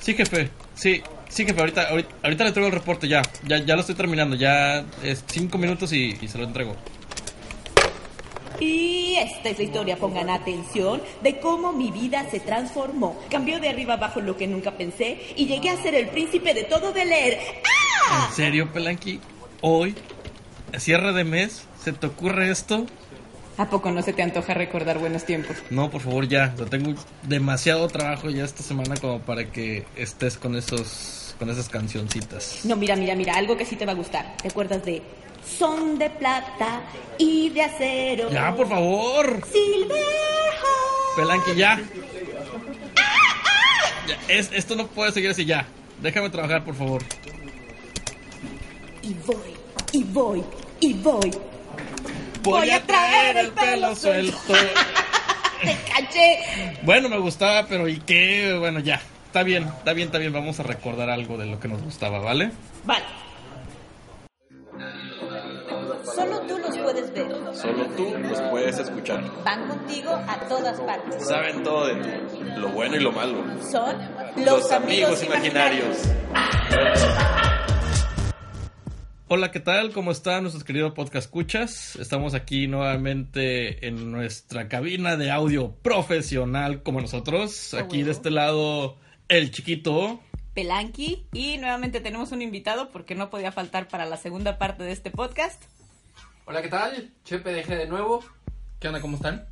Sí, jefe. Sí, sí, jefe. Ahorita, ahorita, ahorita le traigo el reporte ya. Ya, ya lo estoy terminando. Ya es cinco minutos y, y se lo entrego. Y esta es la historia, pongan atención, de cómo mi vida se transformó. Cambió de arriba abajo lo que nunca pensé y llegué a ser el príncipe de todo Bel Air. ¡Ah! ¿En serio, Pelanqui? Hoy, a cierre de mes, ¿se te ocurre esto? ¿A poco no se te antoja recordar buenos tiempos? No, por favor, ya. O sea, tengo demasiado trabajo ya esta semana como para que estés con esos con esas cancioncitas. No, mira, mira, mira, algo que sí te va a gustar. ¿Te acuerdas de Son de plata y de acero? Ya, por favor. Silvejo. Pelanqui, ya. Ya, es- esto no puede seguir así, ya. Déjame trabajar, por favor. Y voy, y voy, y voy. Voy a traer el pelo Te caché. Bueno, me gustaba, pero ¿y qué? Bueno, ya. Está bien, está bien, está bien. Vamos a recordar algo de lo que nos gustaba, ¿vale? Vale. Solo tú los puedes ver. Solo tú los puedes escuchar. Van contigo a todas partes. Saben todo de ti, lo bueno y lo malo. Son los, Hola, ¿qué tal? ¿Cómo están nuestros queridos podcast escuchas? Estamos aquí nuevamente en nuestra cabina de audio profesional como nosotros. Aquí de este lado, el chiquito. Pelanqui. Y nuevamente tenemos un invitado porque no podía faltar para la segunda parte de este podcast. Hola, ¿qué tal? Chepe deje de nuevo. ¿Qué onda? ¿Cómo están?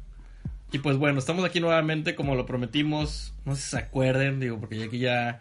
Y pues bueno, estamos aquí nuevamente como lo prometimos. No sé si se acuerden, digo, porque ya aquí ya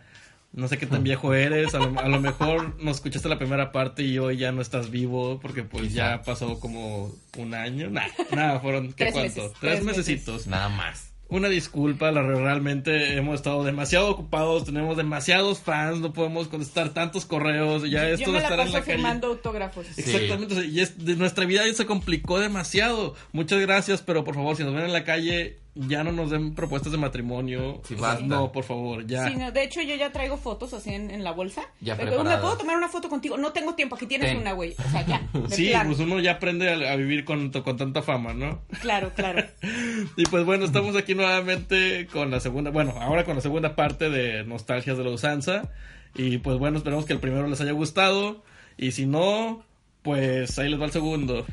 no sé qué tan viejo eres. A lo, a lo mejor no escuchaste la primera parte y hoy ya no estás vivo porque pues ya pasó como un año. Nada, nada, fueron ¿qué Tres cuánto? meses, Tres, tres meses. mesecitos. Nada más. Una disculpa, la re- realmente hemos estado demasiado ocupados, tenemos demasiados fans, no podemos contestar tantos correos, y ya esto Yo de me la estar en paso la calle. firmando autógrafos. Exactamente, o sea, y es- de nuestra vida ya se complicó demasiado. Muchas gracias, pero por favor, si nos ven en la calle, ya no nos den propuestas de matrimonio. Sí, O sea, basta. no, por favor, ya. Sí, no, de hecho, yo ya traigo fotos así en, en la bolsa. Ya Pero, ¿Me preparadas. puedo tomar una foto contigo? No tengo tiempo, aquí tienes Ten. una, güey. O sea, ya. de Sí, plano. pues uno ya aprende a, a vivir con, con tanta fama, ¿no? Claro, claro. Y pues bueno, estamos aquí nuevamente con la segunda, bueno, ahora con la segunda parte de Nostalgias de la Usanza. Y pues bueno, esperamos que el primero les haya gustado. Y si no, pues ahí les va el segundo.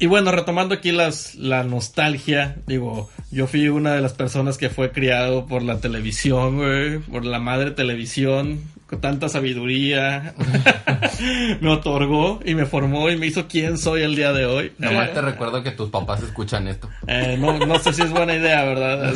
Y bueno, retomando aquí las, la nostalgia, digo, yo fui una de las personas que fue criado por la televisión, güey, por la madre televisión, con tanta sabiduría, me otorgó y me formó y me hizo quien soy el día de hoy. Nomás te recuerdo que tus papás escuchan esto. Eh, no, no sé si es buena idea, ¿verdad?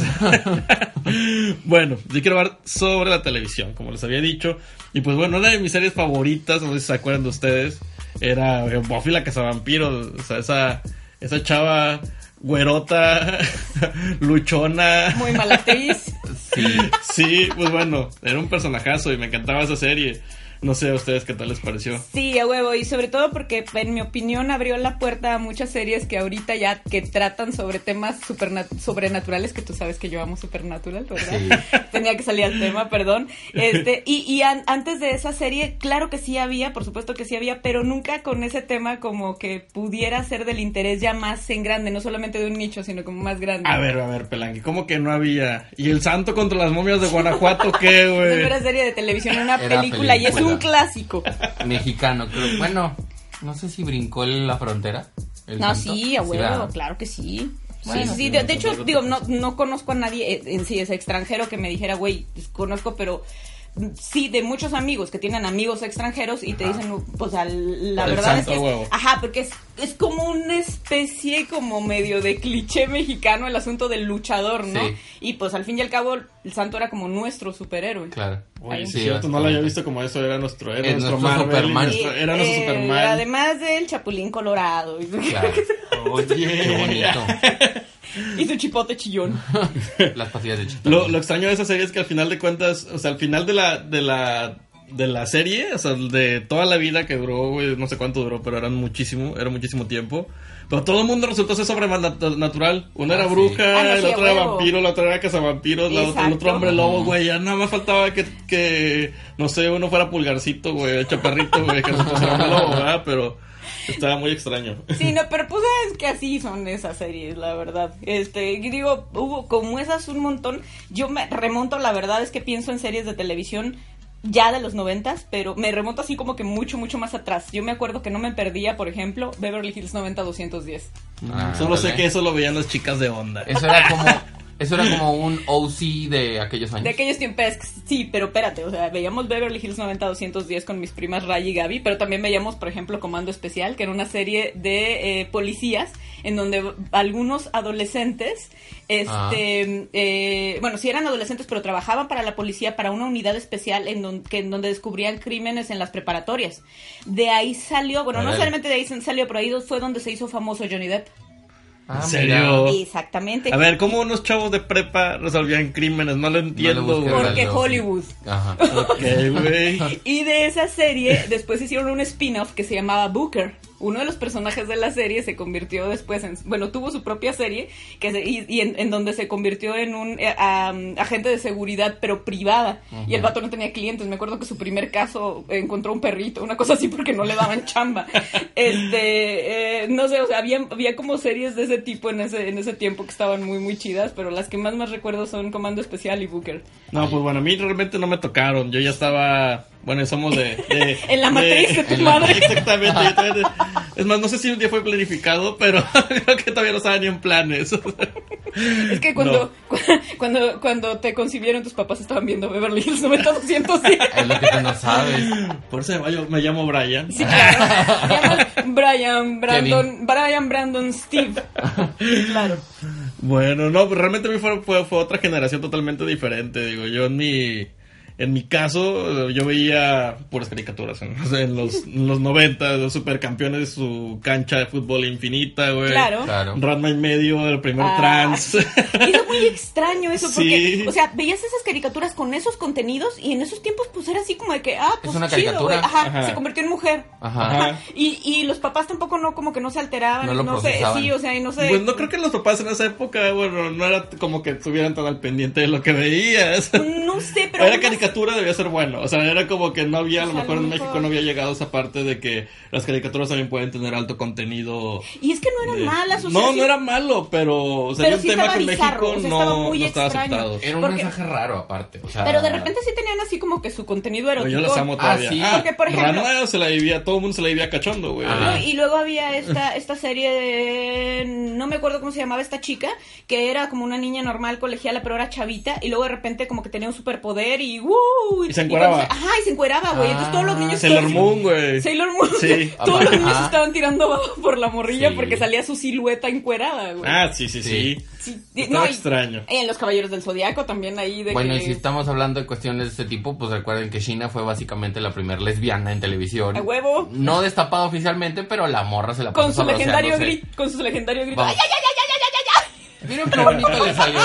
bueno, yo quiero hablar sobre la televisión, como les había dicho. Y pues bueno, una de mis series favoritas, no sé si se acuerdan de ustedes, era eh, Buffy la Cazavampiros. O sea, esa, esa chava güerota, luchona. Muy mala actriz. Sí. Sí, pues bueno, era un personajazo y me encantaba esa serie. No sé a ustedes qué tal les pareció. Sí, a huevo, y sobre todo porque en mi opinión abrió la puerta a muchas series que ahorita ya que tratan sobre temas supernat- sobrenaturales, que tú sabes que yo amo supernatural, ¿verdad? Tenía que salir al tema, perdón. Este, y y an- antes de esa serie, claro que sí había, por supuesto que sí había, pero nunca con ese tema como que pudiera ser del interés ya más en grande, no solamente de un nicho, sino como más grande. A ver, a ver, Pelangui, ¿cómo que no había? ¿Y el santo contra las momias de Guanajuato qué, güey? No era serie de televisión, era una Era película, y es película. un clásico. Mexicano, creo. Bueno, no sé si brincó el- la frontera. el No, santo. sí, a huevo, ¿verdad? claro que sí. Bueno, sí, sí, sí, de, no, de hecho, tampoco digo, te no, no conozco a nadie eh, en sí, es extranjero que me dijera, güey, pues, conozco, pero mm, sí, de muchos amigos que tienen amigos extranjeros y te dicen, pues al- la El verdad es santo que, es- huevo. ajá, porque es, es como una especie como medio de cliché mexicano el asunto del luchador, ¿no? Sí. Y pues al fin y al cabo, el santo era como nuestro superhéroe. Claro. Oye, Sí, es cierto, no lo había bastante. visto como eso, era nuestro, era Es nuestro, nuestro Marvel, Superman. y nuestro- era Eh, nuestro Superman. Además del Chapulín Colorado. Claro. Oye, Qué bonito. Y su chipote chillón. Las pastillas de chita. Lo, lo extraño de esa serie es que al final de cuentas, o sea, al final de la, de la, de la serie, o sea, de toda la vida que duró, güey, no sé cuánto duró, pero eran muchísimo, era muchísimo tiempo. Pero todo el mundo resultó ser sobrenatural. Una Ah, era sí. bruja, Ah, no, sí, la a otra era huevo. vampiro, la otra era cazavampiros, la otra, el otro Exacto. hombre lobo, güey. Ya nada más faltaba que, que, no sé, uno fuera pulgarcito, güey, chaparrito, güey, que resultó ser hombre lobo, ¿verdad? Pero estaba muy extraño. Sí, no, pero pues es que así son esas series, la verdad. Este, y digo, hubo como esas un montón. Yo me remonto, la verdad es que pienso en series de televisión ya de los noventas, pero me remonto así como que mucho, mucho más atrás. Yo me acuerdo que no me perdía, por ejemplo, Beverly Hills 90210. Ah, Solo sé ándale. que eso lo veían las chicas de onda. Eso era como. Eso era como un OC de aquellos años. De aquellos tiempos, sí, pero espérate, o sea, veíamos Beverly Hills 90210 con mis primas Ray y Gaby, pero también veíamos, por ejemplo, Comando Especial, que era una serie de eh, policías en donde algunos adolescentes, este, Ah. eh, bueno, sí eran adolescentes, pero trabajaban para la policía, para una unidad especial en donde, que, en donde descubrían crímenes en las preparatorias. De ahí salió, bueno, no Órale. solamente de ahí salió, pero ahí fue donde se hizo famoso Johnny Depp. Ah, ¿En serio? Exactamente. A ver, ¿cómo unos chavos de prepa resolvían crímenes? No lo entiendo, busques, güey. Órale. Porque Hollywood. mira. Ajá. Ok, güey. Y de esa serie después hicieron un spin-off que se llamaba Booker. Uno de los personajes de la serie se convirtió después en... Bueno, tuvo su propia serie que se- y, y en, en donde se convirtió en un eh, am, agente de seguridad, pero privada. Y el vato no tenía clientes. Me acuerdo que su primer caso eh, encontró un perrito, una cosa así porque no le daban chamba. Este, eh, no sé, o sea, había, había como series de ese tipo en ese, en ese tiempo que estaban muy, muy chidas, pero las que más, más recuerdo son Comando Especial y Booker. No, pues bueno, a mí realmente no me tocaron. Yo ya estaba. Bueno, somos de. de- En la de- matriz de tu en la- madre. Exactamente. yo todavía de- es más, no sé si un día fue planificado, pero creo que todavía no estaba ni en planes. Es que cuando, cu- cuando, cuando te concibieron, tus papás estaban viendo Beverly Hills 90210. Es lo que tú no sabes. Por eso me- yo me llamo Brian. Sí, claro. Se llaman Brian, Brandon, Brian, Brandon, Steve. Claro. Bueno, no, pues realmente a mí fue, fue, fue otra generación totalmente diferente. Digo, yo en mi, en mi caso, eh, yo veía puras caricaturas en, o sea, en los, en los 90, los supercampeones, su cancha de fútbol infinita, güey. Claro. Claro. Ranma y medio, el primer Ah. trans. Y era muy extraño eso, porque, Sí. o sea, veías esas caricaturas con esos contenidos y en esos tiempos, pues era así como de que, ah, pues una chido, güey. caricatura. Ajá, Ajá. se convirtió en mujer. Ajá. Ajá. Y, y los papás tampoco no, como que no se alteraban, No y lo no sé, procesaban. sí, o sea, y no sé. Pues no creo que los papás en esa época, bueno, no era como que estuvieran tan al pendiente de lo que veías. No sé, Era pero. aún así- caricatura, debía ser bueno. O sea, era como que no había, a lo Pues, a mejor lo en mejor. México no había llegado esa parte de que las caricaturas también pueden tener alto contenido. Y es que no de- eran malas, o sea. No, sí- no era malo, pero, o sea, Pero era un sí tema estaba que en bizarro, México o sea, no, estaba muy no estaba extraño. aceptado. Era un Porque- mensaje raro aparte. O sea, Pero de repente sí tenían así como que su contenido Pero erótico. Pues, yo las amo Ah, todavía. sí. Porque, por ejemplo- Ranma se la vivía, todo el mundo se la vivía cachondo, güey. Ah. ¿no? Y luego había esta, esta serie de... No me acuerdo cómo se llamaba esta chica, que era como una niña normal, colegiala, pero era chavita. Y luego de repente como que tenía un superpoder y... ¡wow! Y se encueraba. Ah, cuando se- ajá, y se encueraba, güey. Entonces todos los niños... Sailor todos- Moon, güey. Sailor Moon. Sí. todos los niños Ajá. estaban tirando abajo por la morrilla Sí. porque salía su silueta encuerada, güey. Ah, sí, sí, sí. Sí. Sí, y- Estaba y- extraño. y en Los Caballeros del Zodiaco también ahí de Bueno, que... y si estamos hablando de cuestiones de este tipo, pues recuerden que China fue básicamente la primera lesbiana en televisión. A huevo. No destapada oficialmente, pero la morra se la Ah, Con pasó su legendario sabroseándose. grito, con su legendario grito. Vamos. ¡Ay, ay, ay, ay, ay, ay, ay, ay! Miren qué bonito le salió.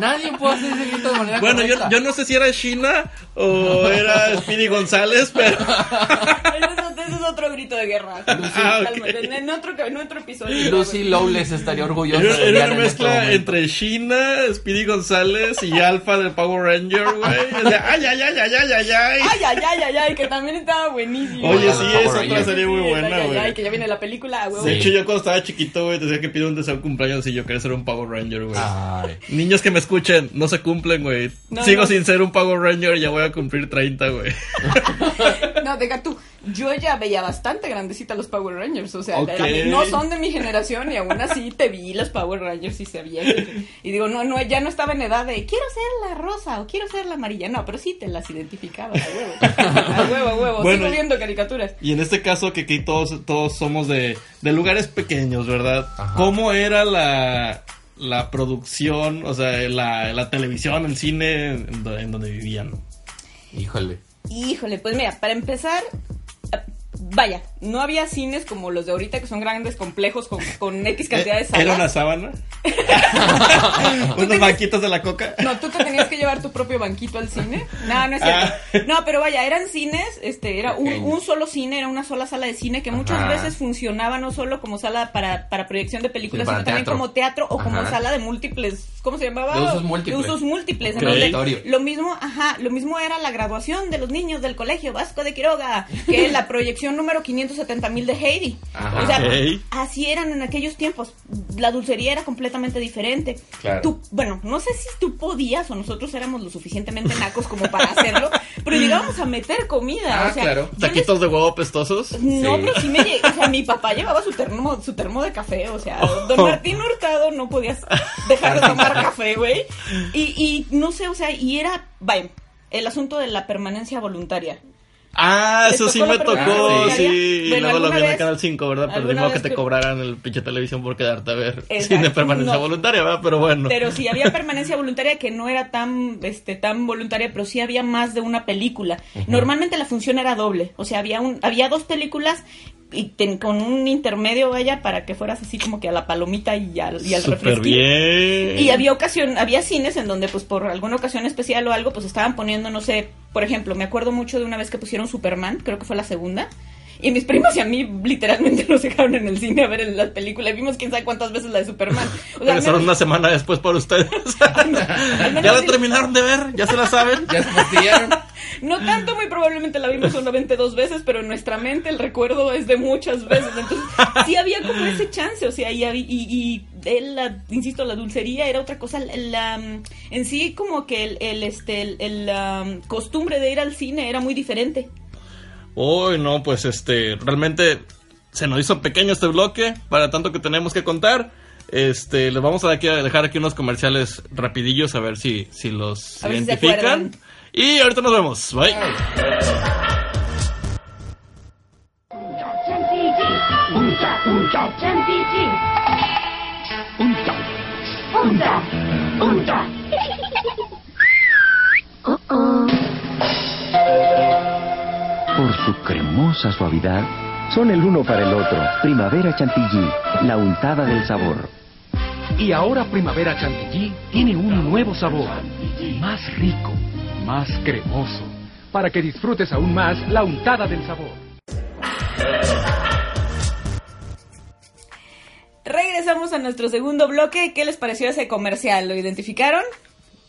Nadie puede hacer ese grito de manera Bueno, yo, correcta. yo no sé si era China o era Speedy González, pero... Ese es- ese es otro grito de guerra. Ah, ok. Cálmate, en- En otro, en otro episodio. Lucy Lowles estaría orgullosa. Era, de era una Diana en este mezcla momento. entre Sheena, Speedy González y Alpha del Power Ranger, güey. O sea, ay, ay, ay, ay, ay, ay, ay. Ay, ay, ay, ay, ay, que también estaba buenísimo. Oye, Ay, sí, ay, es Power otra Ranger. serie muy ay, buena, ay, ay, güey. que ya viene la película, a huevo. De Sí. hecho, yo cuando estaba chiquito, güey, decía que pido un deseo de cumpleaños y yo quería ser un Power Ranger, güey. Ay. Niños que me escuchen, no se cumplen, güey. No, Sigo no. sin ser un Power Ranger y ya voy a cumplir 30, güey. No, deja tú. Yo ya veía bastante grandecita los Power Rangers. O sea, Ok. era mi- no son de mi generación y aún así te vi los Power Rangers y sabía. que- y digo, no, no, ya no estaba en edad de quiero ser la rosa o quiero ser la amarilla. No, pero sí te las identificaba, a huevo. A huevo, a huevo. Bueno, Sigo viendo caricaturas. Y en este caso, que aquí todos, todos somos de, de lugares pequeños, ¿verdad? Ajá. ¿Cómo era la, la producción, o sea, la, la televisión, el cine en, do- en donde vivían? Híjole. Híjole, pues mira, para empezar, Vaya, no había cines como los de ahorita que son grandes complejos con, con X cantidad de salas. Eh, Era una sábana. Unos banquitos de la coca. No, tú te tenías que llevar tu propio banquito al cine. No, no es cierto. Ah. No, pero vaya, eran cines, este, era un, un solo cine, era una sola sala de cine que muchas Ajá. veces funcionaba no solo como sala para, para proyección de películas, Sí, para sino también teatro. como teatro o como Ajá. sala de múltiples, ¿cómo se llamaba? De usos múltiples. De usos múltiples. Ok. en donde Auditorio. Lo mismo, ajá, lo mismo era la graduación de los niños del colegio Vasco de Quiroga, que la proyección número 570 mil de Heidi. Ajá. O sea, Ok. así eran en aquellos tiempos. La dulcería era completamente diferente. Claro. Tú, bueno, no sé si tú podías o nosotros éramos lo suficientemente nacos como para hacerlo, pero llegábamos a meter comida. Ah, o sea, claro. yo les- Taquitos de huevo pestosos. No, Sí. pero sí me llegué, o sea, mi papá llevaba su termo, su termo de café, o sea, Oh. don Martín Hurtado no podías dejar Ah, de tomar café, güey. Y, y no sé, o sea, y era, vaya, el asunto de la permanencia voluntaria. Ah, eso ¿Les sí tocó me la permanencia tocó, voluntaria? sí. Y Bueno, luego lo ¿alguna vi en el vez- Canal 5, ¿verdad? Pero ni alguna modo que vez te tú- cobraran el pinche televisión por quedarte a ver. Exacto, Sin de permanencia no. voluntaria, ¿verdad? Pero bueno. Pero sí había permanencia voluntaria que no era tan, este, tan voluntaria, pero sí había más de una película. Normalmente la función era doble, o sea, había un, había dos películas y ten- con un intermedio vaya para que fueras así como que a la palomita y al, y al Súper refresquito. bien. Y había ocasión, había cines en donde pues por alguna ocasión especial o algo pues estaban poniendo, no sé, por ejemplo, me acuerdo mucho de una vez que pusieron Superman, creo que fue la segunda. Y mis primos y a mí literalmente nos dejaron en el cine a ver la película. y Vimos quién sabe cuántas veces la de Superman. O sea, al Regresaron menos- una semana después por ustedes. al menos ya la sí- terminaron de ver, ya se la saben. Ya se fastidiaron. No tanto, muy probablemente la vimos solamente dos veces, pero en nuestra mente el recuerdo es de muchas veces. Entonces, sí había como ese chance, o sea, y, hab- y, y él, la- insisto, la dulcería era otra cosa. la- la, mm, en sí, como que el, el, este, el, el, la, mm, costumbre de ir al cine era muy diferente. Uy, no, pues este, realmente se nos hizo pequeño este bloque para tanto que tenemos que contar. Este, les vamos a aquí- a dejar aquí unos comerciales rapidillos a ver si, si los A ver si se identifican. acuerdan. y ahorita nos vemos. Bye. Por su cremosa suavidad, son el uno para el otro. Primavera Chantilly, la untada del sabor. Y ahora Primavera Chantilly tiene un nuevo sabor, más rico, más cremoso, para que disfrutes aún más la untada del sabor. Regresamos a nuestro segundo bloque. ¿Qué les pareció ese comercial? ¿Lo identificaron?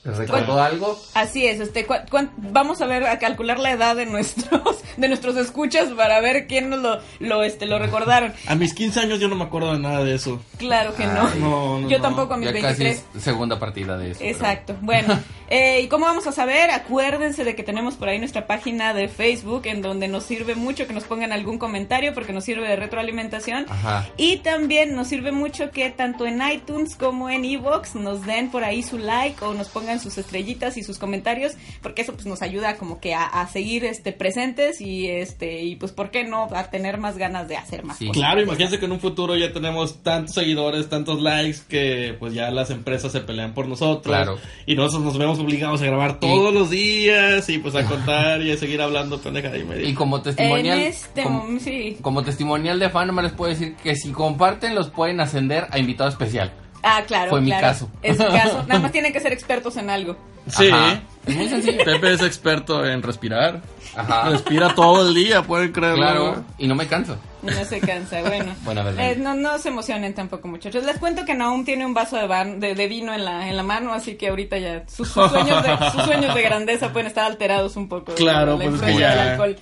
¿Les recordó algo? Así es, este, cua- cuan- vamos a ver, a calcular la edad de nuestros, de nuestros escuchas para ver quién nos lo, lo, este, lo recordaron. A mis 15 años yo no me acuerdo de nada de eso. Claro que no. Ay, no, no, Yo no. tampoco a mis Ya casi 23. es segunda partida de eso. pero- Exacto. Bueno, eh, ¿y cómo vamos a saber? Acuérdense de que tenemos por ahí nuestra página de Facebook en donde nos sirve mucho que nos pongan algún comentario porque nos sirve de retroalimentación. Ajá. Y también nos sirve mucho que tanto en iTunes como en Evox nos den por ahí su like o nos pongan sus estrellitas y sus comentarios, porque eso pues nos ayuda como que a, a seguir este presentes y este y pues por qué no a tener más ganas de hacer más Sí. cosas. Claro, imagínense que en un futuro ya tenemos tantos seguidores, tantos likes, que pues ya las empresas se pelean por nosotros. Claro. Y nosotros nos vemos obligados a grabar todos los días y pues a contar y a seguir hablando pendeja y media. Y como En testimonial. este como- mom- sí. Como testimonial de fan, nomás les puedo decir que si comparten, los pueden ascender a invitado especial. Ah, claro, Fue mi claro. caso. Es su caso. Nada más tienen que ser expertos en algo. Sí. Ajá. Es muy sencillo. Pepe es experto en respirar. Ajá. Respira todo el día, pueden creerlo. Claro. Y no me canso. No se cansa, bueno. Buena verdad. Eh, no, no se emocionen tampoco, muchachos. Les cuento que Naum tiene un vaso de, van- de, de vino en la, en la mano, así que ahorita ya sus, sus sueños de, sus sueños de grandeza pueden estar alterados un poco. Claro, por la pues es que influencia ya- del alcohol.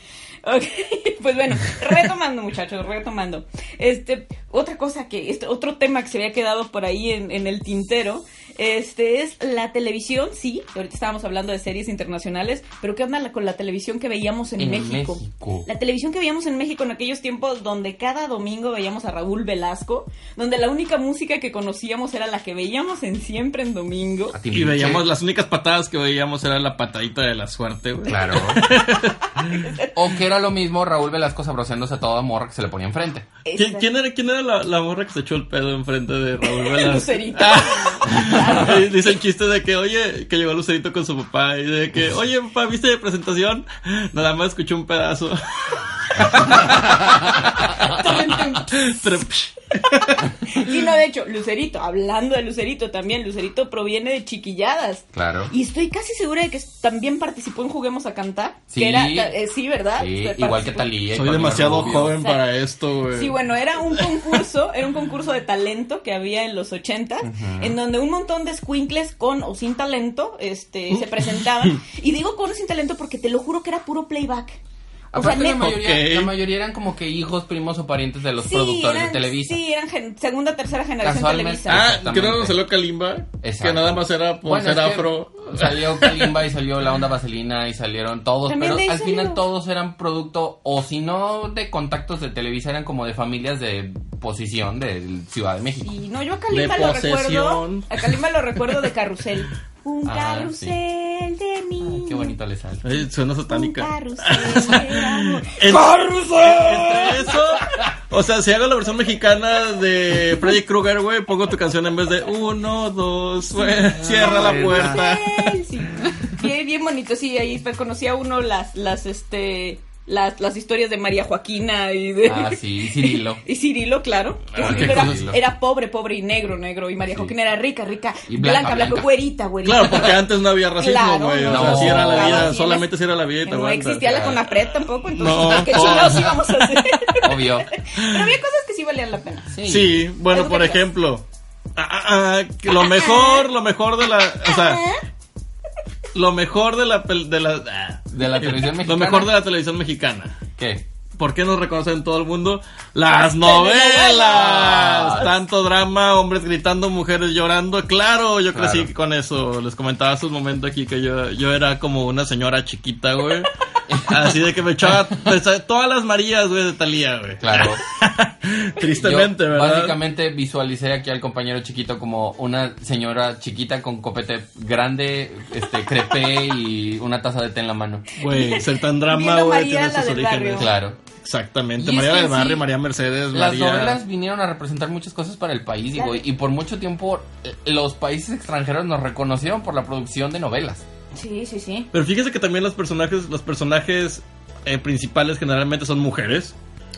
Ok, pues bueno, retomando muchachos, retomando. Este, otra cosa que, este, otro tema que se había quedado por ahí en, en el tintero, este es la televisión, sí, ahorita estábamos hablando de series internacionales, pero ¿qué onda la- con la televisión que veíamos en, En México? México. La televisión que veíamos en México en aquellos tiempos donde cada domingo veíamos a Raúl Velasco, donde la única música que conocíamos era la que veíamos en siempre en domingo. A ti, Y Miche. veíamos las únicas patadas que veíamos era la patadita de la suerte, güey. Claro. o que era lo mismo Raúl Velasco sabroseándose a toda morra que se le ponía enfrente. ¿Quién, quién era, quién era la, la morra que se echó el pedo enfrente de Raúl Velasco? Lucerito. Y Dicen chistes de que, oye, que llegó Lucerito con su papá. Y de que, oye, papá, ¿viste la presentación? Nada más escuché un pedazo. Trem, psh. Sí, no, de hecho, Lucerito, hablando de Lucerito también, Lucerito proviene de Chiquilladas. Claro. Y estoy casi segura de que también participó en Juguemos a Cantar. Sí. Que era, eh, sí, ¿verdad? Sí, Participó. igual que Talía. Soy demasiado joven Exacto. para esto, güey. Sí, bueno, era un concurso, era un concurso de talento que había en los 80 en donde un montón de squinkles con o sin talento este, se presentaban. Y digo con o sin talento porque te lo juro que era puro playback. O sea, Aparte, la, neta. mayoría, Ok. la mayoría eran como que hijos, primos o parientes de los Sí, productores eran- de Televisa. Sí, eran gen- segunda, tercera generación Casualmente. Televisa. Ah, que no salió Kalimba. Exacto. Que nada más era por Bueno, ser es que afro. Salió Kalimba y salió la onda vaselina y salieron todos, También de pero ahí al final salió. todos eran producto, o si no de contactos de Televisa, eran como de familias de posición de Ciudad de México. Sí, no, yo a Kalimba De lo recuerdo. posesión. A Kalimba lo recuerdo de carrusel. Un Ah, sí. carrusel de mí. Ay, qué bonito le sale. Ay, suena satánica. Carrusel de amor. En- Entre eso. O sea, si hago la versión mexicana de Freddy Krueger, güey, pongo tu canción en vez de uno, dos, güey, cierra la puerta. Carrusel, sí. Bien, bien bonito, sí, ahí conocí a uno las, las, este, las, las historias de María Joaquina y de... Ah, sí, y Cirilo. Y Cirilo, claro. que Ah, Cirilo qué era, cosa. era pobre, pobre y negro, negro. Y María Joaquina era rica, rica. Y blanca, blanca, blanca, blanca. güerita, güerita. Claro, porque antes no había racismo, Claro, güey. no, o sea, si era la claro, vida, sí, solamente si era la vida y Que te No aguantas. existía la Conapred tampoco, entonces No. ¿qué chingados íbamos a hacer? Obvio. Pero había cosas que sí valían la pena. Sí. Sí, bueno, Es por verdad. ejemplo, ah, ah, ah, que lo mejor, lo mejor de la, o sea, lo mejor de la, pel- de la, ah, De la televisión lo mexicana. mejor de la televisión mexicana. ¿Qué? ¿Por qué nos reconocen todo el mundo? ¡Las novelas! Tanto drama, hombres gritando, mujeres llorando. Claro, yo crecí Claro. con eso. Les comentaba hace un momento aquí que yo, yo era como una señora chiquita, güey. Así de que me echaba me echaba todas las Marías, güey, de Talía, güey. Claro. Tristemente, Yo ¿verdad? Básicamente visualicé aquí al compañero chiquito como una señora chiquita con copete grande, este, crepé y una taza de té en la mano. Güey, ser tan drama, Viendo güey, María, tiene la sus del orígenes. barrio. Claro. Exactamente. Y es María que del Barrio, sí, María Mercedes, Las María. novelas vinieron a representar muchas cosas para el país, digo, y por mucho tiempo eh, los países extranjeros nos reconocieron por la producción de novelas. Sí, sí, sí. Pero fíjese que también los personajes, los personajes eh, principales generalmente son mujeres.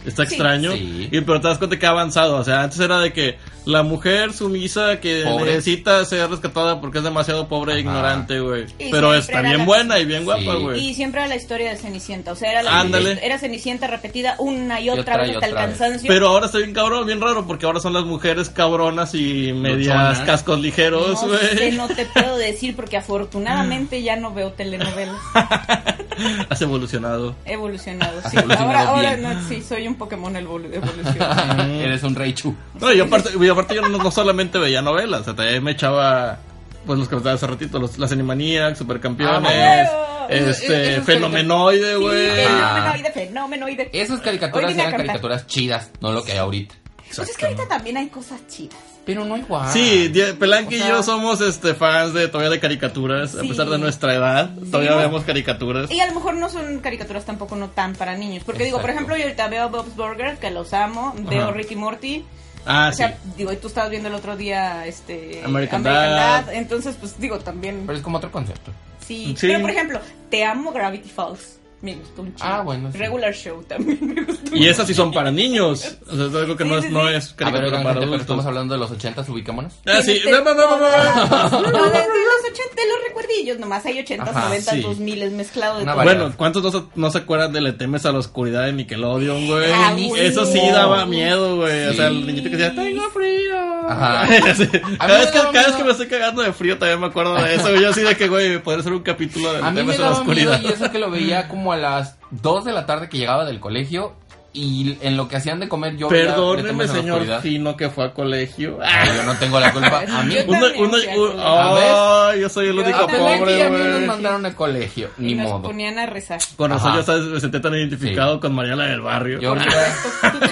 Está Sí. extraño. Sí. Y pero te das cuenta que ha avanzado. O sea, antes era de que la mujer sumisa que Pobre. necesita ser rescatada porque es demasiado pobre e Ajá. ignorante, güey. Y Pero siempre está era bien la buena y bien guapa, Sí. güey. Y siempre era la historia de Cenicienta, o sea, era, la Pues. Ándale. era Cenicienta repetida una y otra, otra vez y hasta el otra vez. cansancio. Pero ahora está bien cabrón, bien raro, porque ahora son las mujeres cabronas y medias Luchonas. cascos ligeros, no sé, pues, güey. no te puedo decir porque afortunadamente ya no veo telenovelas. Has evolucionado. He evolucionado, Has sí. evolucionado ahora, ahora bien. no, sí, soy un Pokémon evolu- evolucionado. Eres un rey chu. No, y aparte, y aparte yo no, no solamente veía novelas, o sea, también me echaba, pues los que comentaba hace ratito, los, las Animaniacs, Supercampeones, Ah, bueno. Eso- eso- este, eso es Fenomenoide, Sí, güey. Ah. fenomenoide, fenomenoide. Esas caricaturas Hoy vine a eran cantar. caricaturas chidas, no lo que hay ahorita. Pues es que ahorita también hay cosas chidas. Pero no igual. Sí, Die- Pelanqui O sea- y yo somos este fans de todavía de caricaturas, a Sí. pesar de nuestra edad, todavía ¿no? vemos caricaturas. Y a lo mejor no son caricaturas tampoco no tan para niños. Porque digo, por Exacto. ejemplo, yo ahorita veo Bob's Burger, que los amo, veo Ricky Morty. Ah, o sí. sea, digo, y tú estabas viendo el otro día este, American Dad. Entonces, pues digo, también. Pero es como otro concepto. sí. Sí. Pero por ejemplo, te amo Gravity Falls. Me gustó un chingo. Ah, bueno, sí. Regular Show también me gustó. Y esas sí son para niños. O sea, es algo que Sí, no sí, es, no sí. es A ver, caricatura oigan, para gente, pero estamos adultos. hablando de los ochentas, ubicámonos. Ah, sí. Tienes No, no, no, no, no. No, de, de los 80, los recuerdillos, nomás hay 80, Ajá, 90, sí. 2000, es mezclado de Una todo. variedad. Bueno, ¿cuántos no se, no se acuerdan de Le temes a la oscuridad de Nickelodeon, güey? Ah, buenísimo. Eso sí daba miedo, güey. O sea, el Sí. niñito que decía, tengo frío. Ajá. Sí. A mí Cada, vez me que, cada daba vez miedo. que me estoy cagando de frío también me acuerdo de eso. güey. Yo así de que, güey, podría ser un capítulo de A Le mí me temes a la daba miedo oscuridad. y eso que lo veía como a las 2 de la tarde que llegaba del colegio y en lo que hacían de comer yo veía Le Perdóneme, temes a la señor oscuridad. Fino, que fue a colegio. Ah. Ay, yo no tengo la culpa. A mí, Yo Uno, también uno, fui a un- colegio. ay, yo soy el Yo único a Pelanqui y pobre, a mí nos güey. mandaron al colegio. Y Ni nos modo. ponían a rezar. Con razón, Ajá. ya sabes, me senté tan identificado con Mariela del Barrio. Yo iba-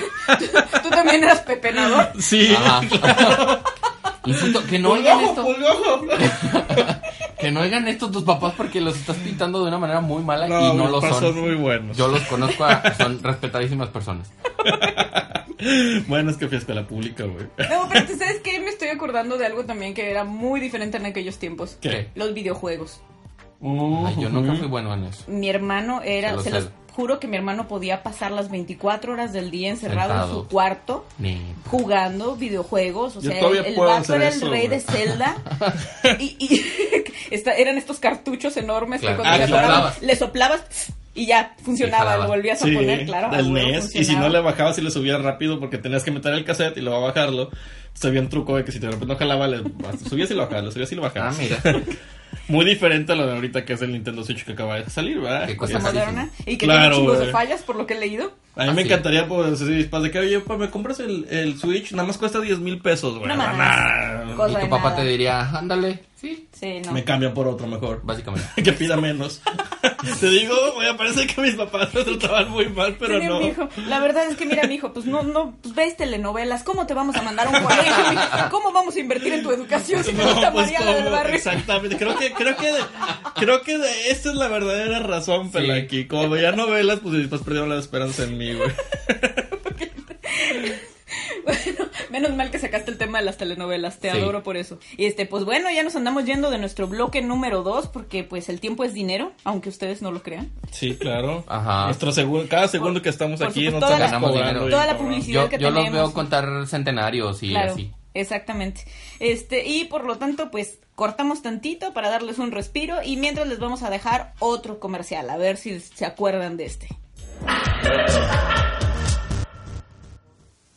Tú también eras pepenador. Sí. Ajá. Insisto, que no oigan esto. pulgojo. Que no oigan esto tus papás porque los estás pintando de una manera muy mala No, y no mis lo papás son. son muy buenos. Yo los conozco, a- son respetadísimas personas. Bueno, es que fui a escuela pública, güey. No, pero ¿tú sabes qué? Me estoy acordando de algo también que era muy diferente en aquellos tiempos. ¿Qué? Los videojuegos. Eh, Ay, yo nunca fui bueno en eso. Mi hermano era, Se lo se los sé. juro que mi hermano podía pasar las 24 horas del día encerrado en Sentado. su cuarto Ni. jugando videojuegos, o Yo sea, todavía el puedo vato hacer era eso, el rey güey. de Zelda y, y esta- eran estos cartuchos enormes Claro. que cuando Ah, le, claro. soplabas, le soplabas y ya funcionaba, jalaba. lo volvías a Sí, poner, claro. a del huevo NES. Y si funcionaba. no le bajabas y le subías rápido porque tenías que meter el cassette y luego bajarlo, se había un truco de que si de repente no jalaba, le subías y lo bajabas, lo subías y lo Ah, bajabas. mira. Muy diferente a lo de ahorita que es el Nintendo Switch que acaba de salir, ¿verdad? Qué cosa Ya más sabes. moderna y que Claro, tiene chingos güey. de fallas por lo que he leído. A mí Ah, me sí. encantaría, pues, así, pues, de que, oye, pa, me compras el, el Switch, nada más cuesta 10 mil pesos, güey. No Nah, mames. Cosa Y tu de papá Pues nada. te diría, ándale. Sí, Sí, no. Me cambian por otro mejor. básicamente. Que pida menos. Te digo, güey, parece que mis papás me trataban muy mal, pero Señor, no. mijo, la verdad es que mira, mijo, pues no, no, pues ves telenovelas, ¿cómo te vamos a mandar a un colegio? mijo? ¿Cómo vamos a invertir en tu educación si te gusta Mariana del pues, ¿cómo? Barrio? Exactamente. Creo que, creo que, creo que de- esta es la verdadera razón, Pelaki. Como veía novelas, pues después perdieron la esperanza en mí, güey. Bueno, menos mal que sacaste el tema de las telenovelas, te Sí. adoro por eso. Y este, pues bueno, ya nos andamos yendo de nuestro bloque número dos, porque pues el tiempo es dinero, aunque ustedes no lo crean. Sí, claro. Ajá. Nuestro segundo, cada segundo que estamos Por aquí, supuesto, no toda la- estamos cobrando. Ganamos bien, Toda la cabrón. publicidad Yo, que yo los tenemos. veo contar centenarios y Claro, así. exactamente. Este, y por lo tanto, pues cortamos tantito para darles un respiro y mientras les vamos a dejar otro comercial, a ver si se acuerdan de este.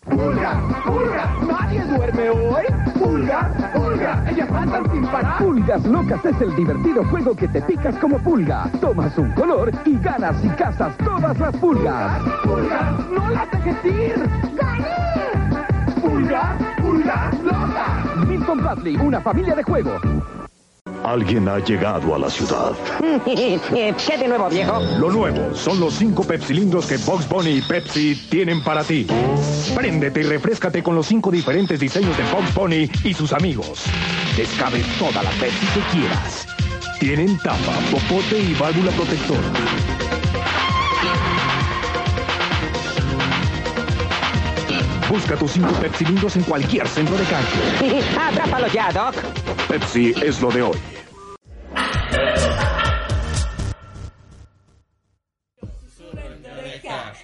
¡Pulga! ¡Pulga! ¿Nadie duerme hoy? ¡Pulga! ¡Pulga! ¡Ellas andan sin parar! Pulgas Locas es el divertido juego que te picas como pulga. Tomas un color y ganas y cazas todas las pulgas. ¡Pulga! ¡No las dejes ir! ¡Gané! ¡Pulga! ¡Pulga! ¡Loca! Milton Batley, una familia de juego. Alguien ha llegado a la ciudad. ¿Qué de nuevo, viejo? Lo nuevo son los cinco pepsilindros que Box Bunny y Pepsi tienen para ti. Préndete y refrescate con los cinco diferentes diseños de Box Bunny y sus amigos. Descabe toda la Pepsi que quieras. Tienen tapa, popote y válvula protectora. Busca tus cinco pepsilindros en cualquier centro de canje. Atrápalo ya, Doc. Pepsi es lo de hoy. Ah,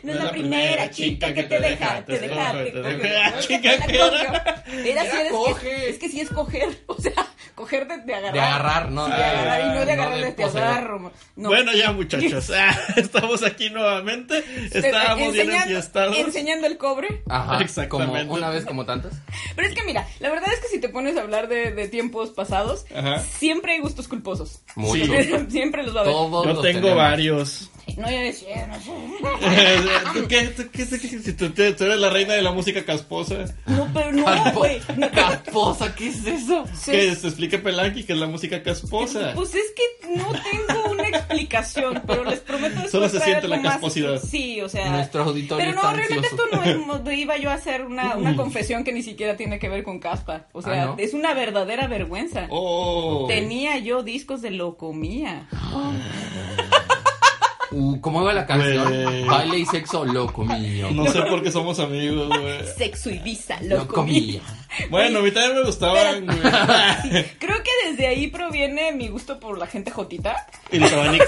No es la primera chica que te deja, te deja, te deja. coge. Chica que era. Era si eres coge. que, es que sí es coger, o sea, coger de, de agarrar. De agarrar, no de De agarrar y no de agarrar, no de te poseer. agarro. mo- no. Bueno, ya muchachos, Ah, estamos aquí nuevamente. Este, Estábamos bien enseñando- enfiestados. Enseñando el cobre. Ajá, Exactamente. como una vez como tantas. Pero es que mira, la verdad es que si te pones a hablar de, de tiempos pasados, Ajá. siempre hay gustos culposos. Mucho. siempre los va a haber. Todos Yo los tengo tenemos. varios. No, yo decía, no sé. ¿Tú qué? ¿Tú qué? Si tú, tú eres la reina de la música casposa. No, pero no, güey. No, Casposa, ¿qué es eso? Que se explique Pelaki que es la música casposa. Pues es que no tengo una explicación, pero les prometo después Solo se traer siente la algo más. casposidad. Sí, o sea. Nuestro auditorio Pero no, está realmente ansioso. Mm. esto no es. no iba yo a hacer una, una confesión que ni siquiera tiene que ver con caspa. O sea, Ah, ¿no? es una verdadera vergüenza. Oh. Tenía yo discos de locomía. Uh, ¿Cómo va la canción? Güey. Baile y sexo, loco mío. Pues, No sé por qué somos amigos, güey. Sexo Ibiza, Loco mío. locomía. Bueno, a mí también me gustaban, güey. Creo que desde ahí proviene mi gusto por la gente jotita. Y los abanicos.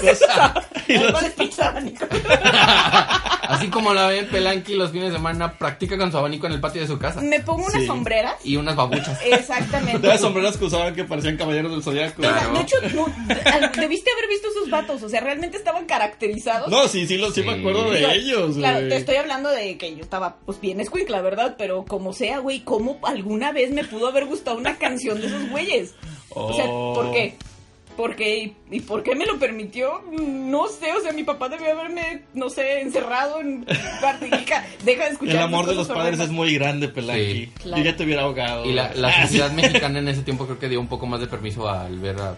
y los- Los pinches abanicos. Así como la ven, Pelanqui los fines de semana practica con su abanico en el patio de su casa. Me pongo unas Sí. sombreras. Y unas babuchas. Exactamente. Todas sombreras que usaban que parecían caballeros del zodiaco. Mira, Claro. De hecho, no, de- debiste haber visto esos vatos, o sea, realmente estaban caracterizados. No, sí, sí, los, sí. me Sí. acuerdo de Digo, ellos, Claro, güey. te estoy hablando de que yo estaba, pues, bien escuincla, ¿verdad? Pero como sea, güey, ¿cómo alguna vez me pudo haber gustado una canción de esos güeyes? O sea, Oh. ¿por qué? ¿Por qué? ¿Y, y por qué me lo permitió? No sé, o sea, mi papá debió haberme, no sé, encerrado en... Hija, Deja de escuchar. El amor de los esas cosas padres es horrendas. muy grande, Pelaki. Sí. Claro. Yo ya te hubiera ahogado. Y la, la Ah, sociedad sí. mexicana en ese tiempo creo que dio un poco más de permiso al ver a...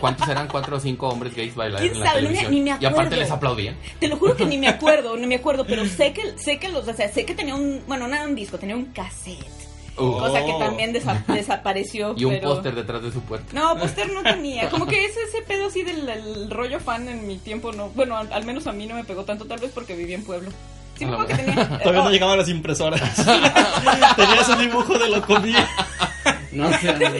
¿Cuántos eran? ¿Cuatro o cinco hombres gays bailar ¿Quién en la sabe? No me- televisión? ni me y aparte acuerdo. les aplaudían. Te lo juro que ni me acuerdo, ni me acuerdo, pero sé que, sé que los, o sea, sé que tenía un, bueno, no era un disco, tenía un cassette. Uh, Cosa que Oh. también desa- desapareció. y un pero- póster detrás de su puerta. No, póster no tenía. Como que ese, ese pedo así del, del rollo fan en mi tiempo no. Bueno, al, al menos a mí no me pegó tanto, tal vez porque vivía en pueblo. Sí, me acuerdo que tenía. Todavía no llegaban las impresoras. Tenía ese dibujo de Locomía. No sé. de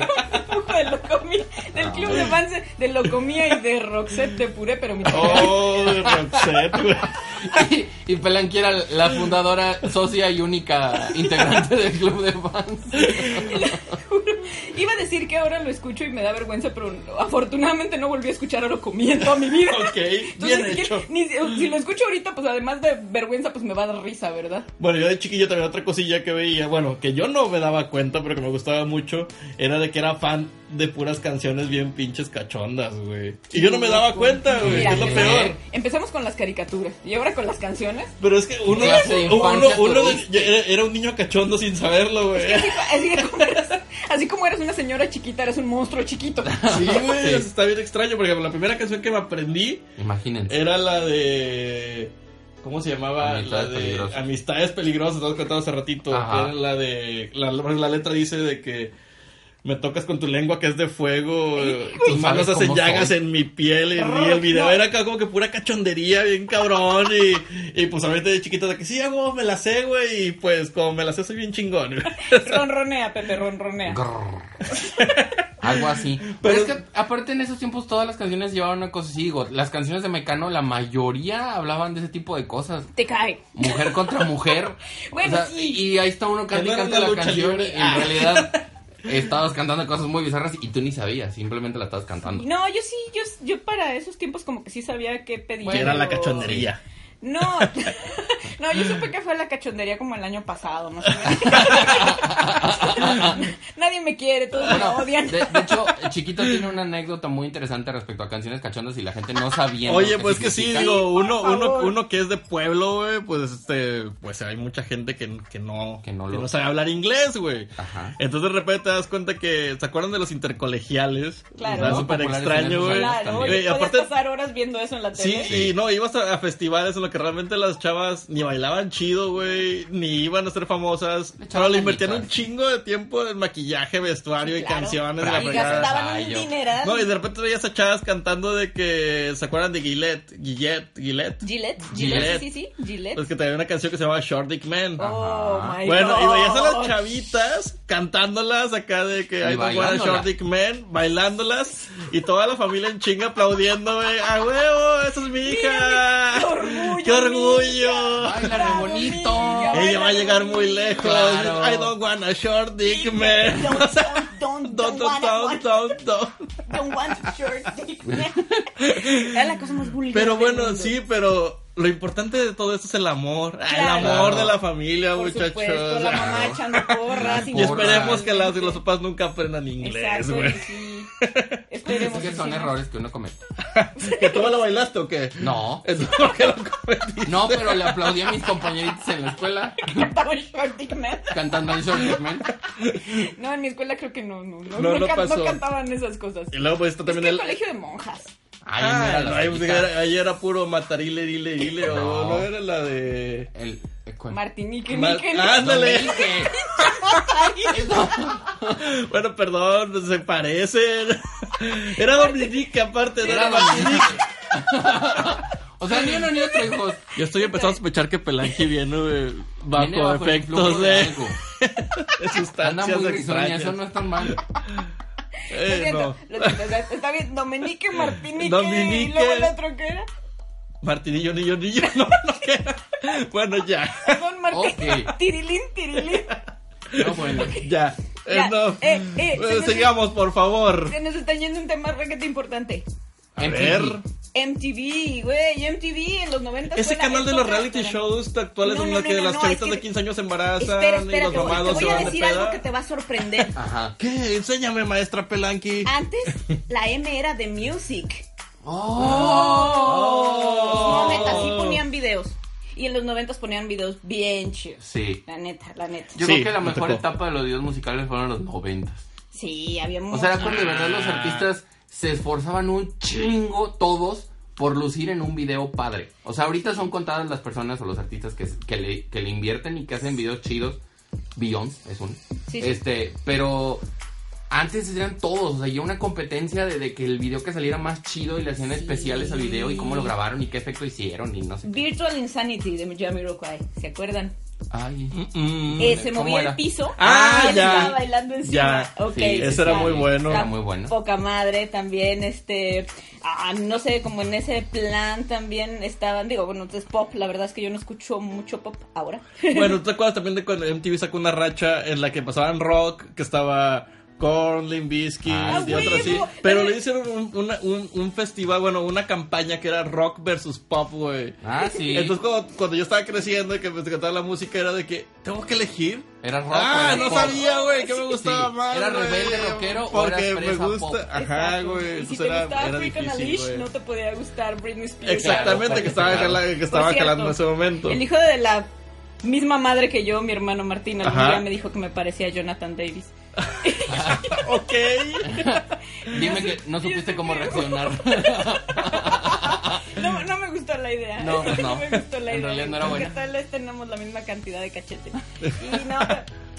Locomía, del club Ah. de fans de- de Locomía y de Roxette de Puré, pero mi Oh, Roxette, güey. Y, y Pelanqui era la fundadora, socia y única integrante del club de fans. Iba a decir que ahora lo escucho y me da vergüenza, pero afortunadamente no volví a escuchar a Locomía en toda mi vida. Ok, Entonces, bien ni siquiera- hecho. ni si- si lo escucho ahorita, pues además de vergüenza, pues me va a dar risa, ¿verdad? Bueno, yo de chiquillo también otra cosilla que veía, bueno, que yo no me daba cuenta, pero que me gustaba mucho, era de que era fan de puras canciones bien pinches cachondas, güey. Y yo no me daba cuenta, güey, que Mira, es lo empezamos- peor. Empezamos con las caricaturas y ahora con las canciones. Pero es que uno, Clase de uno, infancia uno de- tuviste. era, era un niño cachondo sin saberlo, güey. Así, que como eras, así como eres una señora chiquita, eres un monstruo chiquito. Sí, güey, Sí. eso está bien extraño, porque la primera canción que me aprendí Imagínense. era la de... ¿Cómo se llamaba? Amistades la de peligrosas. Amistades peligrosas, te contado hace ratito. Ajá. que era la de... La, la letra dice de que me tocas con tu lengua que es de fuego, eh, tus ¿Tú manos sabes cómo hacen llagas soy? en mi piel y, Ah, y el video no. era ca- como que pura cachondería, bien cabrón. Y, y pues ahorita de chiquito de que sí, hago, me la sé, güey. Y pues como me la sé, soy bien chingón. güey. Ronronea, Pepe, ronronea. Grrr. Algo así. Pero, Eh. Pero- es que aparte en esos tiempos todas las canciones llevaban una cosa así. Digo, las canciones de Mecano, la mayoría hablaban de ese tipo de cosas. Te cae. Mujer contra mujer. Bueno, sí. Y ahí está uno Que cantando no era canta una la lucha canción. libre. En Ah. realidad estabas cantando cosas muy bizarras y tú ni sabías. Simplemente la estabas cantando. No, yo sí, yo, yo para esos tiempos como que sí sabía qué pedir. Que era la cachondería. No, no, yo supe que fue la cachondería como el año pasado, más o menos. Nadie me quiere, todos me Bueno, odian. de, de hecho, Chiquito tiene una anécdota muy interesante respecto a canciones cachondas y la gente no sabía. Oye, pues que sí, digo, por uno, uno, favor. uno que es de pueblo, güey, pues este, pues hay mucha gente que, que no, Que no lo- sabe hablar inglés, güey. Ajá. Entonces de repente te das cuenta que, ¿se acuerdan de los intercolegiales? Claro. Era Muy súper populares en extraño, esos güey. años Claro, también. Güey, podías aparte- pasar horas viendo eso en la Sí, tele. y no, ibas a, a festivales en lo que realmente las chavas ni bailaban chido, güey, ni iban a ser famosas, Le echaban pero le invertían un ganitas. chingo de tiempo en maquillaje, vestuario Sí, y claro. canciones. Pero la Y fregada. gastaban un Ensayo. dineral. No, y de repente veías a chavas cantando de que, ¿se acuerdan de Gillette? Gillette, Gillette. Gillette, Gillette, Gillette. sí, sí, sí, Gillette. Pues que tenía una canción que se llamaba Short Dick Man. Oh Ajá. my Ah. Bueno, god. y veías a las chavitas cantándolas acá de que Y hay una bailándola. Short Dick Man, bailándolas y toda la familia en chinga aplaudiendo, güey. ¡A huevo! ¡Esa es mi hija! Mírame, ¡Qué ¡qué orgullo, orgullo! Báilame bonito. amiga, Ella va a llegar muy lejos. Claro. I don't want a short dick man. Don't, O sea, don't, Don't, don't, don't wanna don't, don't, don't. Don't want your dick. Era la cosa más vulgar. Pero del bueno, mundo. sí, pero lo importante de todo esto es el amor. Ah, El Claro. amor de la familia, Por muchachos. supuesto, la mamá echando porras. Y esperemos que las, de los papás nunca aprendan inglés, Exacto, güey. sí. Es Esperemos que son sí. errores que uno comete. ¿Que tú me lo bailaste o qué? No. Entonces, ¿por qué lo cometí? No, pero le aplaudí a mis compañeritos en la escuela Estaba en short dick man. cantando el short Dick Man. No, en mi escuela creo que no, no, no, No, no, no can- pasó. no cantaban esas cosas. Y luego pues está Es también que el el... colegio de monjas. Ay, no Ah, era la no, ahí, pues, solita. era, ahí era puro matarile, dile, dile, o No. no era la de... El, el- ¿cuál? Martinique, Ma- Nique, Ándale. No, dije. Bueno, perdón, pues, se parecen. Era Dominica, aparte, no era Era Martinique. O sea, ni uno ni otro, hijos. Yo estoy empezando a sospechar que Pelanqui viene eh, Viene bajo bajo el efectos influjo de de, algo. de Anda sustancias muy risueña, extrañas. eso no es tan mal. Lo Eh, siento, no. lo siento, o sea, está bien, Dominique, Martinique, Dominique. y luego el otro que era, Martinillo, niño, niño, no, no queda. Bueno, ya, perdón, Martín, Ok. tirilín, tirilín, No, bueno. ya. Eh, Ya, no. eh, eh, Eh, se- sigamos, por favor. se nos está yendo un tema requete importante, A MTV. ver. MTV, güey, MTV en los 90 Ese fue la- canal de es los otra- reality shows actuales No, en no, los no, que no, las no, chavitas es que- de 15 años se embarazan Espera, espera, y los te voy- te mamados se voy a van de decir algo peda. Ah. que te va a sorprender, Ajá. ¿Qué? Enséñame, maestra Pelanqui. antes la M era de Music, Oh. Oh. No, neta, sí ponían videos. Y en los 90 ponían videos bien chidos. Sí. La neta, la neta. Yo Sí, creo que la me mejor tocó. etapa de los videos musicales fueron los noventas. Sí, había O muchos. sea, era cuando de verdad los artistas se esforzaban un chingo todos por lucir en un video padre. O sea, ahorita son contadas las personas o los artistas que, que, le, que le invierten y que hacen videos chidos. Beyoncé es uno. Sí, sí. este, pero Antes eran todos, o sea, ya una competencia de, de que el video que saliera más chido y le hacían especiales al video y cómo lo grabaron y qué efecto hicieron y no sé. Virtual Insanity de Jamiroquai, ¿se acuerdan? Ay. Eh, se movía el piso Mm, Ah, y él ya. estaba bailando encima. Ya. Ok, pues Sí, ese era ya. muy bueno. Está Era muy bueno. Poca madre también, este, ah, no sé, como en ese plan también estaban, digo, bueno, es pop, la verdad es que yo no escucho mucho pop ahora. Bueno, ¿tú ¿te acuerdas también de cuando MTV sacó una racha en la que pasaban rock, que estaba Korn, Limp Bizkit Ah, y ¡a otras así? huevo! Pero le hicieron un, una- un- un festival, bueno, una campaña que era rock versus pop, güey. Ah, sí. Entonces cuando, cuando yo estaba creciendo y que me encantaba la música era de que, ¿tengo que elegir? Era rock. Ah, era no pop. sabía, güey, que me gustaba Sí. más. Era güey. rebelde rockero o Porque eras me fresa gusta. pop. Ajá, Ah, güey. Y si entonces te era, gustaba era Freak on a difícil, Leash, güey. no te podía gustar Britney Spears. Exactamente, Claro, que estaba, claro. jala- que estaba Por cierto, jalando en ese momento. El hijo de la misma madre que yo, mi hermano Martín, algún Ajá. día me dijo que me parecía Jonathan Davis. Ok. Dime que no supiste cómo reaccionar. No, no me gustó la idea. No, pues no. me gustó la idea. En realidad no era Porque buena. tal vez tenemos la misma cantidad de cachete. Y no,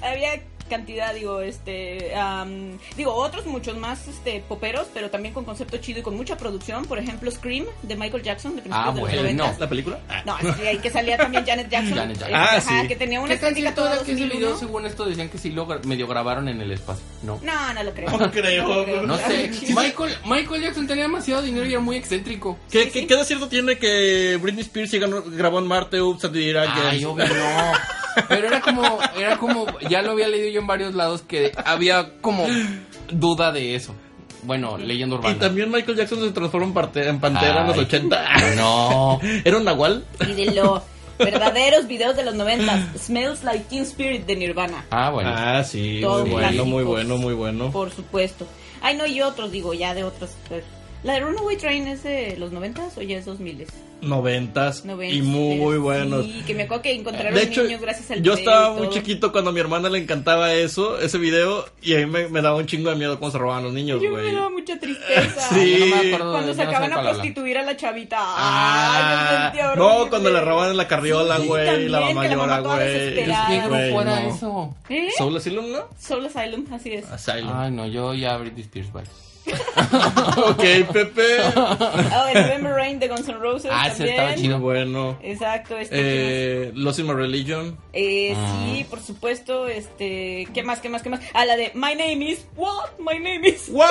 había cantidad, digo, este, am, digo, otros muchos más, este, poperos, pero también con concepto chido y con mucha producción. Por ejemplo, Scream de Michael Jackson de principios Ah, de bueno. los 90. ¿La película? Ah. No, sí, ahí que salía también Janet Jackson. Janet Jackson. eh, Ah, ajá, sí. que tenía una ¿Qué tal estética que toda todo que ese 2001. video, según esto, decían que sí lo gra- medio grabaron en el espacio? No. No, no lo creo. No creo, No sé. Sí, Michael, Michael Jackson tenía demasiado dinero y era muy excéntrico. ¿Qué, qué, qué de cierto tiene que Britney Spears sí ganó- grabó en Marte Oops and Did It Again? Ay, obvio no. Pero era como, era como, ya lo había leído yo en varios lados que había como duda de eso. Bueno, leyendo Y urbana. también Michael Jackson se transformó en, parte- en Pantera en los Ay. 80. Ah, No. ¿Era un Nahual? Y de los verdaderos videos de los 90. Smells Like Teen Spirit de Nirvana. Ah, bueno. Ah, sí, Todos muy bueno, clásicos. muy bueno, muy bueno. Por supuesto. Ay, no, y otros, digo, ya de otros. pero- ¿La de Runaway Train es de los 90 o ya es 2000? Noventas 90 y muy buenos. Sí, que me acuerdo que encontraron De hecho, niños gracias al yo video estaba y muy todo. chiquito cuando a mi hermana le encantaba eso, ese video, y a mí me, me daba un chingo de miedo cuando se robaban los niños, Yo me güey. daba mucha tristeza. Sí. Yo no me acuerdo Cuando de- se yo no sé acaban a cuál habla. prostituir a la chavita. Ay, me Ah, sentía no, horrible. cuando le roban en la carriola, Sí, güey, y la también, mamá que la mamá llora, toda güey. Es desesperada. que Ay, no Güey, fuera no. eso. ¿Eh? ¿Soul Asylum, no? Soul Asylum, así es. Asylum. Ay, no, yo ya Britney Spears, bye. ok, Pepe. Oh, el November Rain de Guns N' Roses Ah, ese también. estaba Muy chido. bueno. Exacto, este ¿qué más? Eh, Lost in My Religion. Eh, Ah. sí, por supuesto, este, ¿qué más, qué más, qué más? Ah, la de My Name Is, What? My Name Is, ¿What?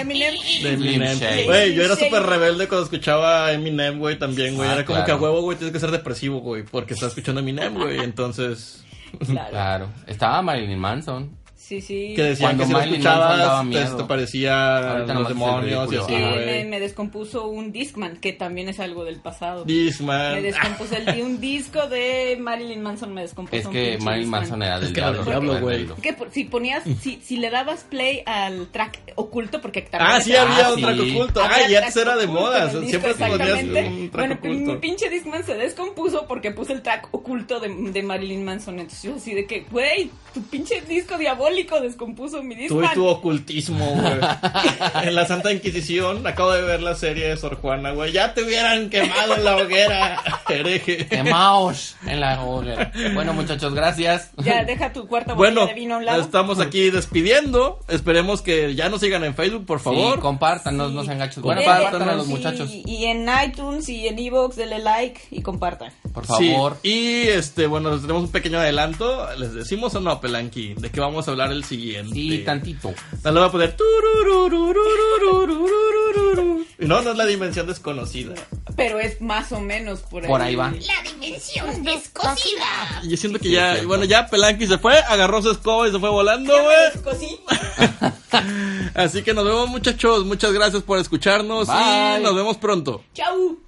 Eminem. De Eminem. Slim Shady. Güey, yo era Slim súper Shady. rebelde cuando escuchaba a Eminem, güey, también, güey. Ah, Era como claro. que a huevo, güey, tienes que ser depresivo, güey, porque estás escuchando a Eminem, güey. Entonces, Claro. Claro. Estaba Marilyn Manson. Sí, sí. que decían Cuando que si lo Marilyn Manson daba escuchabas, pues, te, miedo. te parecía Ahorita los nomás es el demonios y ridículo. así, Que Ah, me, güey. me descompuso un Discman, que también es algo del pasado. me Disman. descompuso el de un disco de Marilyn Manson, me descompuso Es un que pinche Marilyn Discman. Manson era del que era diablo. del diablo, güey. rebelde. Que por- si ponías, si, si le dabas play al track oculto, porque también Ah, es- sí, había Ah, un track sí. oculto. Había Ah, y antes track era de oculto en moda. el disco, Siempre se ponías exactamente. un Bueno, track mi oculto. pinche Discman se descompuso porque puse el track oculto de, de Marilyn Manson. Entonces yo así de que, güey, tu pinche disco diabólico descompuso mi Tú y Discman. tu ocultismo, güey. en la Santa Inquisición, acabo de ver la serie de Sor Juana, güey. Ya te hubieran quemado en la hoguera, hereje. Quemaos en la hoguera. Bueno, muchachos, gracias. Ya deja tu cuarta botella Bueno, de vino a un lado. estamos aquí despidiendo. Esperemos que ya nos sigan en Facebook, por favor. Sí, compártanos, no sean gachos. Bueno, Eh, compartan a los sí, muchachos, Y en iTunes y en Evox, denle like y compartan. por Sí, favor. Y este, bueno, les tenemos un pequeño adelanto. Les decimos o no, Pelanqui, de qué vamos a hablar el siguiente. Sí, tantito. No le voy a poner. turururururururururu. Y No, no es la dimensión desconocida. Pero es más o menos por ahí. Por ahí va. Y Yo siento que Sí, ya, cierto. bueno, ya Pelanqui se fue, agarró su escoba y se fue volando, güey. Cosí. Así que nos vemos, muchachos. Muchas gracias por escucharnos Bye. y nos vemos pronto. Chau.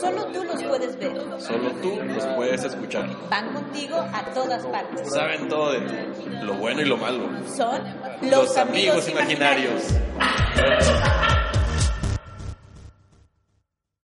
Solo tú los puedes ver. Solo tú los puedes escuchar. Van contigo a todas partes. Saben todo de ti, lo bueno y lo malo. Son Los amigos imaginarios.